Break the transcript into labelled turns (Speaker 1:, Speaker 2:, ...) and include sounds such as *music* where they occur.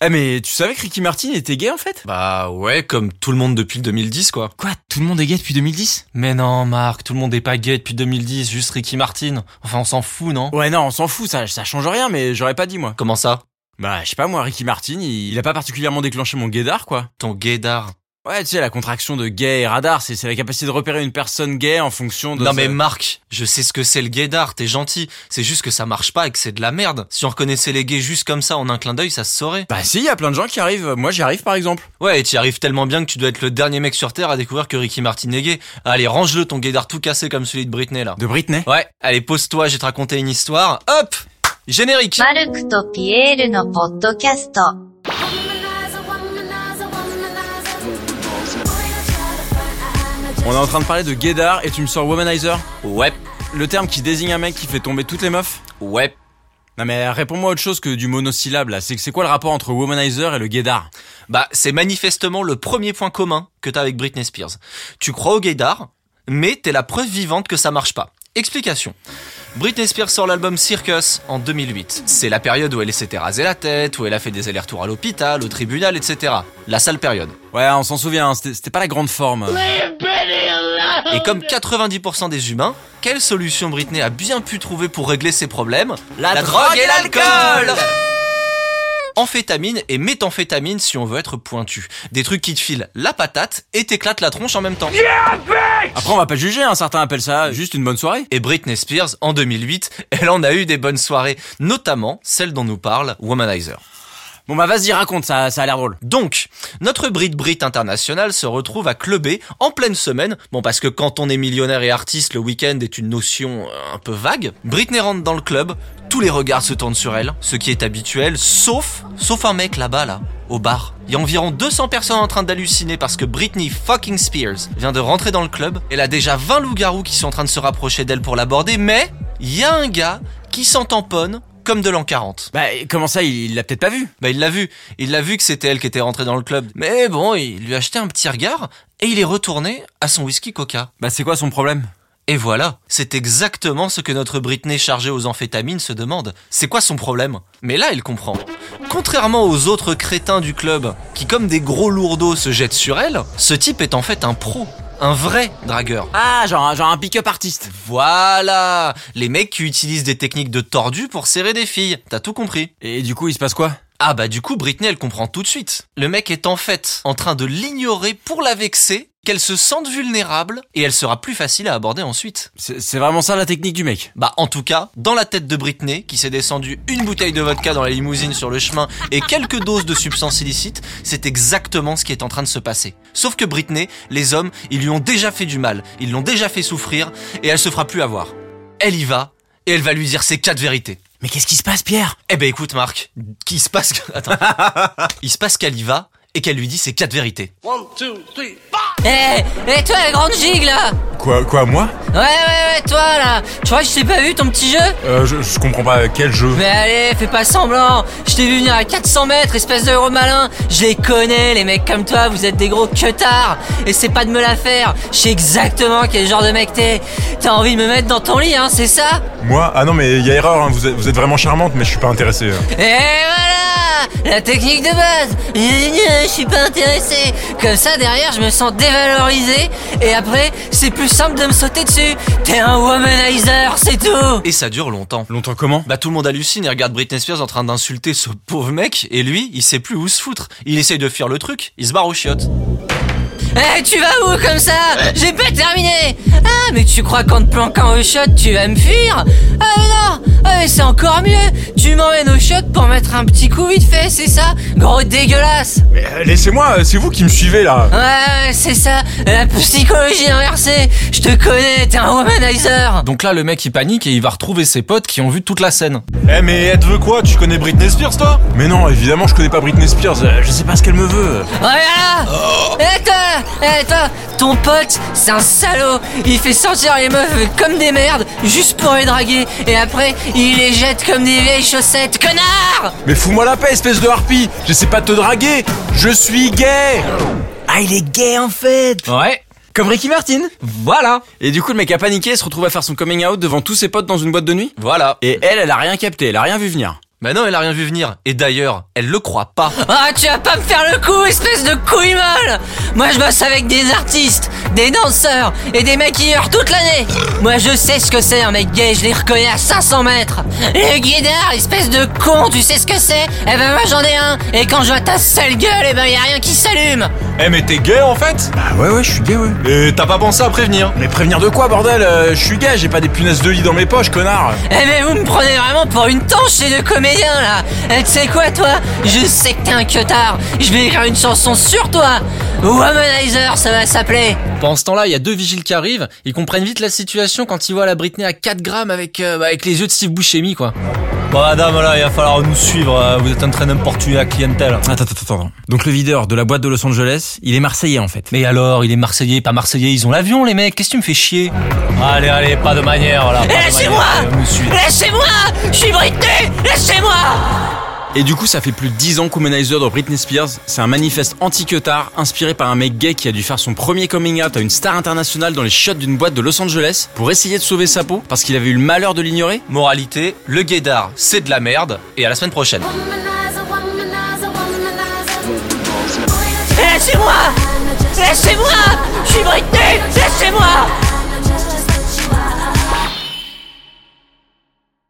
Speaker 1: Eh mais tu savais que Ricky Martin était gay en fait
Speaker 2: Bah ouais, comme tout le monde depuis le 2010 quoi.
Speaker 1: Quoi Tout le monde est gay depuis 2010
Speaker 2: Mais non Marc, tout le monde est pas gay depuis 2010, juste Ricky Martin. Enfin on s'en fout non
Speaker 1: Ouais non, on s'en fout, ça, ça change rien, mais j'aurais pas dit moi.
Speaker 2: Comment ça
Speaker 1: Bah je sais pas moi, Ricky Martin, il, il a pas particulièrement déclenché mon guédard quoi.
Speaker 2: Ton guédard.
Speaker 1: Ouais, tu sais, la contraction de gay et radar, c'est c'est la capacité de repérer une personne gay en fonction de... sa-
Speaker 2: Non mais Marc, je sais ce que c'est le guédard, t'es gentil. C'est juste que ça marche pas et que c'est de la merde. Si on reconnaissait les gays juste comme ça en un clin d'œil, ça se saurait.
Speaker 1: Bah si, y a plein de gens qui arrivent, moi j'y arrive par exemple.
Speaker 2: Ouais, et t'y arrives tellement bien que tu dois être le dernier mec sur Terre à découvrir que Ricky Martin est gay. Allez, range-le ton guédard tout cassé comme celui de Britney là.
Speaker 1: De Britney
Speaker 2: Ouais, allez, pose-toi, je vais te raconter une histoire. Hop Générique
Speaker 3: マルクとピエールのポッドキャスト。
Speaker 1: On est en train de parler de guédard et tu me sors womanizer
Speaker 2: Ouais,
Speaker 1: Le terme qui désigne un mec qui fait tomber toutes les meufs
Speaker 2: ouais.
Speaker 1: Non mais réponds-moi autre chose que du monosyllabe là, c'est que c'est quoi le rapport entre womanizer et le guédard
Speaker 2: Bah, c'est manifestement le premier point commun que t'as avec Britney Spears. Tu crois au gaydar, mais t'es la preuve vivante que ça marche pas. Explication. Britney Spears sort l'album Circus en 2008. C'est la période où elle s'était rasée la tête, où elle a fait des allers-retours à l'hôpital, au tribunal, etc. La sale période.
Speaker 1: Ouais, on s'en souvient, hein, c'était c'était pas la grande forme. Ah,
Speaker 2: Et comme 90% des humains, quelle solution Britney a bien pu trouver pour régler ses problèmes
Speaker 1: La drogue et l'alcool
Speaker 2: Amphétamine et méthamphétamine si on veut être pointu. Des trucs qui te filent la patate et t'éclatent la tronche en même temps.
Speaker 1: Après on va pas juger, hein, certains appellent ça juste une bonne soirée.
Speaker 2: Et Britney Spears, en 2008, elle en a eu des bonnes soirées, notamment celle dont nous parle Womanizer.
Speaker 1: Bon bah vas-y raconte, ça, ça a l'air drôle.
Speaker 2: Donc, notre Brit Brit international se retrouve à clubber en pleine semaine. Bon, parce que quand on est millionnaire et artiste, le week-end est une notion euh, un peu vague. Britney rentre dans le club, tous les regards se tournent sur elle, ce qui est habituel, sauf, sauf un mec là-bas, là, au bar. Il y a environ 200 personnes en train d'halluciner parce que Britney fucking Spears vient de rentrer dans le club. Elle a déjà 20 loups-garous qui sont en train de se rapprocher d'elle pour l'aborder, mais il y a un gars qui s'en tamponne comme de l'an 40.
Speaker 1: Bah comment ça, il il l'a peut-être pas vu
Speaker 2: Bah il l'a vu, il l'a vu que c'était elle qui était rentrée dans le club. Mais bon, il lui a jeté un petit regard et il est retourné à son whisky coca.
Speaker 1: Bah c'est quoi son problème
Speaker 2: Et voilà, c'est exactement ce que notre Britney chargée aux amphétamines se demande. C'est quoi son problème Mais là, elle comprend. Contrairement aux autres crétins du club, qui comme des gros lourdeaux se jettent sur elle, ce type est en fait un pro, un vrai dragueur.
Speaker 1: Ah, genre, genre un pick-up artiste.
Speaker 2: Voilà Les mecs qui utilisent des techniques de tordu pour serrer des filles, t'as tout compris.
Speaker 1: Et du coup il se passe quoi
Speaker 2: Ah bah du coup Britney elle comprend tout de suite. Le mec est en fait en train de l'ignorer pour la vexer, qu'elle se sente vulnérable et elle sera plus facile à aborder ensuite.
Speaker 1: C'est c'est vraiment ça la technique du mec.
Speaker 2: Bah en tout cas, dans la tête de Britney qui s'est descendu une bouteille de vodka dans la limousine sur le chemin et quelques doses de substances illicites, c'est exactement ce qui est en train de se passer. Sauf que Britney, les hommes, ils lui ont déjà fait du mal, ils l'ont déjà fait souffrir et elle se fera plus avoir. Elle y va et elle va lui dire ses quatre vérités.
Speaker 1: Mais qu'est-ce qui se passe Pierre
Speaker 2: Eh ben écoute Marc, qu'il se passe que-
Speaker 1: *laughs*
Speaker 2: Attends. Il se passe qu'elle y va et qu'elle lui dit ses quatre vérités.
Speaker 4: One, two, three.
Speaker 5: Eh, eh, toi, la grande gigue, là
Speaker 6: Quoi, quoi, moi
Speaker 5: Ouais, ouais, ouais, toi, là Tu vois, je t'ai pas vu, ton petit jeu
Speaker 6: euh, je, je comprends pas quel jeu.
Speaker 5: Mais allez, fais pas semblant Je t'ai vu venir à 400 mètres, espèce de gros malin Je les connais, les mecs comme toi, vous êtes des gros queutards Et c'est pas de me la faire Je sais exactement quel genre de mec t'es T'as envie de me mettre dans ton lit, hein, c'est ça
Speaker 6: Moi Ah non, mais il y a erreur, hein, vous, êtes, vous êtes vraiment charmante, mais je suis pas intéressé. euh.
Speaker 5: Et voilà La technique de base Je suis pas intéressé Comme ça, derrière, je me sens dévalorisé, et après, c'est plus simple de me sauter dessus T'es un womanizer, c'est tout
Speaker 2: Et ça dure longtemps.
Speaker 1: Longtemps comment
Speaker 2: Bah tout le monde hallucine et regarde Britney Spears en train d'insulter ce pauvre mec et lui, il sait plus où se foutre. Il essaye de fuir le truc, il se barre aux chiottes.
Speaker 5: Eh, tu vas où comme ça J'ai pas terminé Ah, mais tu crois qu'en te planquant au shot, tu vas me fuir Ah, mais non Ah, mais c'est encore mieux Tu m'emmènes au shot pour mettre un petit coup vite fait, c'est ça Gros dégueulasse
Speaker 6: Mais euh, laissez-moi, euh, c'est vous qui me suivez là.
Speaker 5: Ouais, ouais, c'est ça La psychologie inversée Je te connais, t'es un womanizer
Speaker 2: Donc là le mec il panique et il va retrouver ses potes qui ont vu toute la scène.
Speaker 6: Eh, mais elle te veut quoi Tu connais Britney Spears toi Mais non, évidemment, je connais pas Britney Spears, euh, je sais pas ce qu'elle me veut.
Speaker 5: Ouais, là Eh, toi Eh, toi Ton pote, c'est un salaud Il fait sortir les meufs comme des merdes, juste pour les draguer, et après, il les jette comme des vieilles chaussettes Connard
Speaker 6: Mais fous-moi la paix, espèce de harpie J'essaie pas de te draguer Je suis gay
Speaker 1: Ah, il est gay en fait
Speaker 2: Ouais,
Speaker 1: Comme Ricky Martin
Speaker 2: voilà,
Speaker 1: Et du coup, le mec a paniqué et se retrouve à faire son coming out devant tous ses potes dans une boîte de nuit
Speaker 2: voilà.
Speaker 1: Et elle, elle a rien capté, elle a rien vu venir.
Speaker 2: Bah non, elle a rien vu venir. Et d'ailleurs, elle le croit pas.
Speaker 5: Ah, tu vas pas me faire le coup, espèce de couille molle Moi, je bosse avec des artistes, des danseurs et des maquilleurs toute l'année Moi, je sais ce que c'est un mec gay, je les reconnais à 500 mètres Le guédard, espèce de con, tu sais ce que c'est Eh ben, moi, j'en ai un Et quand je vois ta sale gueule, eh ben, y a rien qui s'allume
Speaker 2: Eh mais t'es gay en fait
Speaker 6: Bah ouais, ouais, je suis gay, ouais.
Speaker 2: Et t'as pas pensé à prévenir
Speaker 6: Mais prévenir de quoi, bordel Euh, Je suis gay, j'ai pas des punaises de lit dans mes poches, connard
Speaker 5: Eh mais vous me prenez vraiment pour une tanche de comédien là Eh, Tu sais quoi toi Je sais que t'es un queutard Je vais écrire une chanson sur toi Womanizer ça va s'appeler
Speaker 4: Pendant ce temps-là, il y a deux vigiles qui arrivent. Ils comprennent vite la situation quand ils voient la Britney à 4 grammes avec, euh, bah, avec les yeux de Steve Buscemi, quoi.
Speaker 2: Bon madame, là, il va falloir nous suivre. hein. Vous êtes en train d'importuner la clientèle.
Speaker 1: Attends, attends, attends. Donc le videur de la boîte de Los Angeles, il est marseillais en fait.
Speaker 4: Mais alors, il est marseillais, pas marseillais, ils ont l'avion, les mecs. Qu'est-ce que tu me fais chier
Speaker 2: Allez, allez, pas de manière là.
Speaker 5: Eh, Lâchez-moi Lâchez-moi Je suis Britney Lâchez-moi
Speaker 1: Et du coup, ça fait plus de 10 ans qu'Humanizer de Britney Spears, c'est un manifeste anti-queutard inspiré par un mec gay qui a dû faire son premier coming out à une star internationale dans les chiottes d'une boîte de Los Angeles pour essayer de sauver sa peau parce qu'il avait eu le malheur de l'ignorer.
Speaker 2: Moralité, le guédard, c'est de la merde. Et à la semaine prochaine.
Speaker 5: Lâchez-moi Lâchez-moi